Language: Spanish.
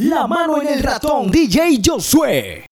La mano en el ratón, DJ Josué.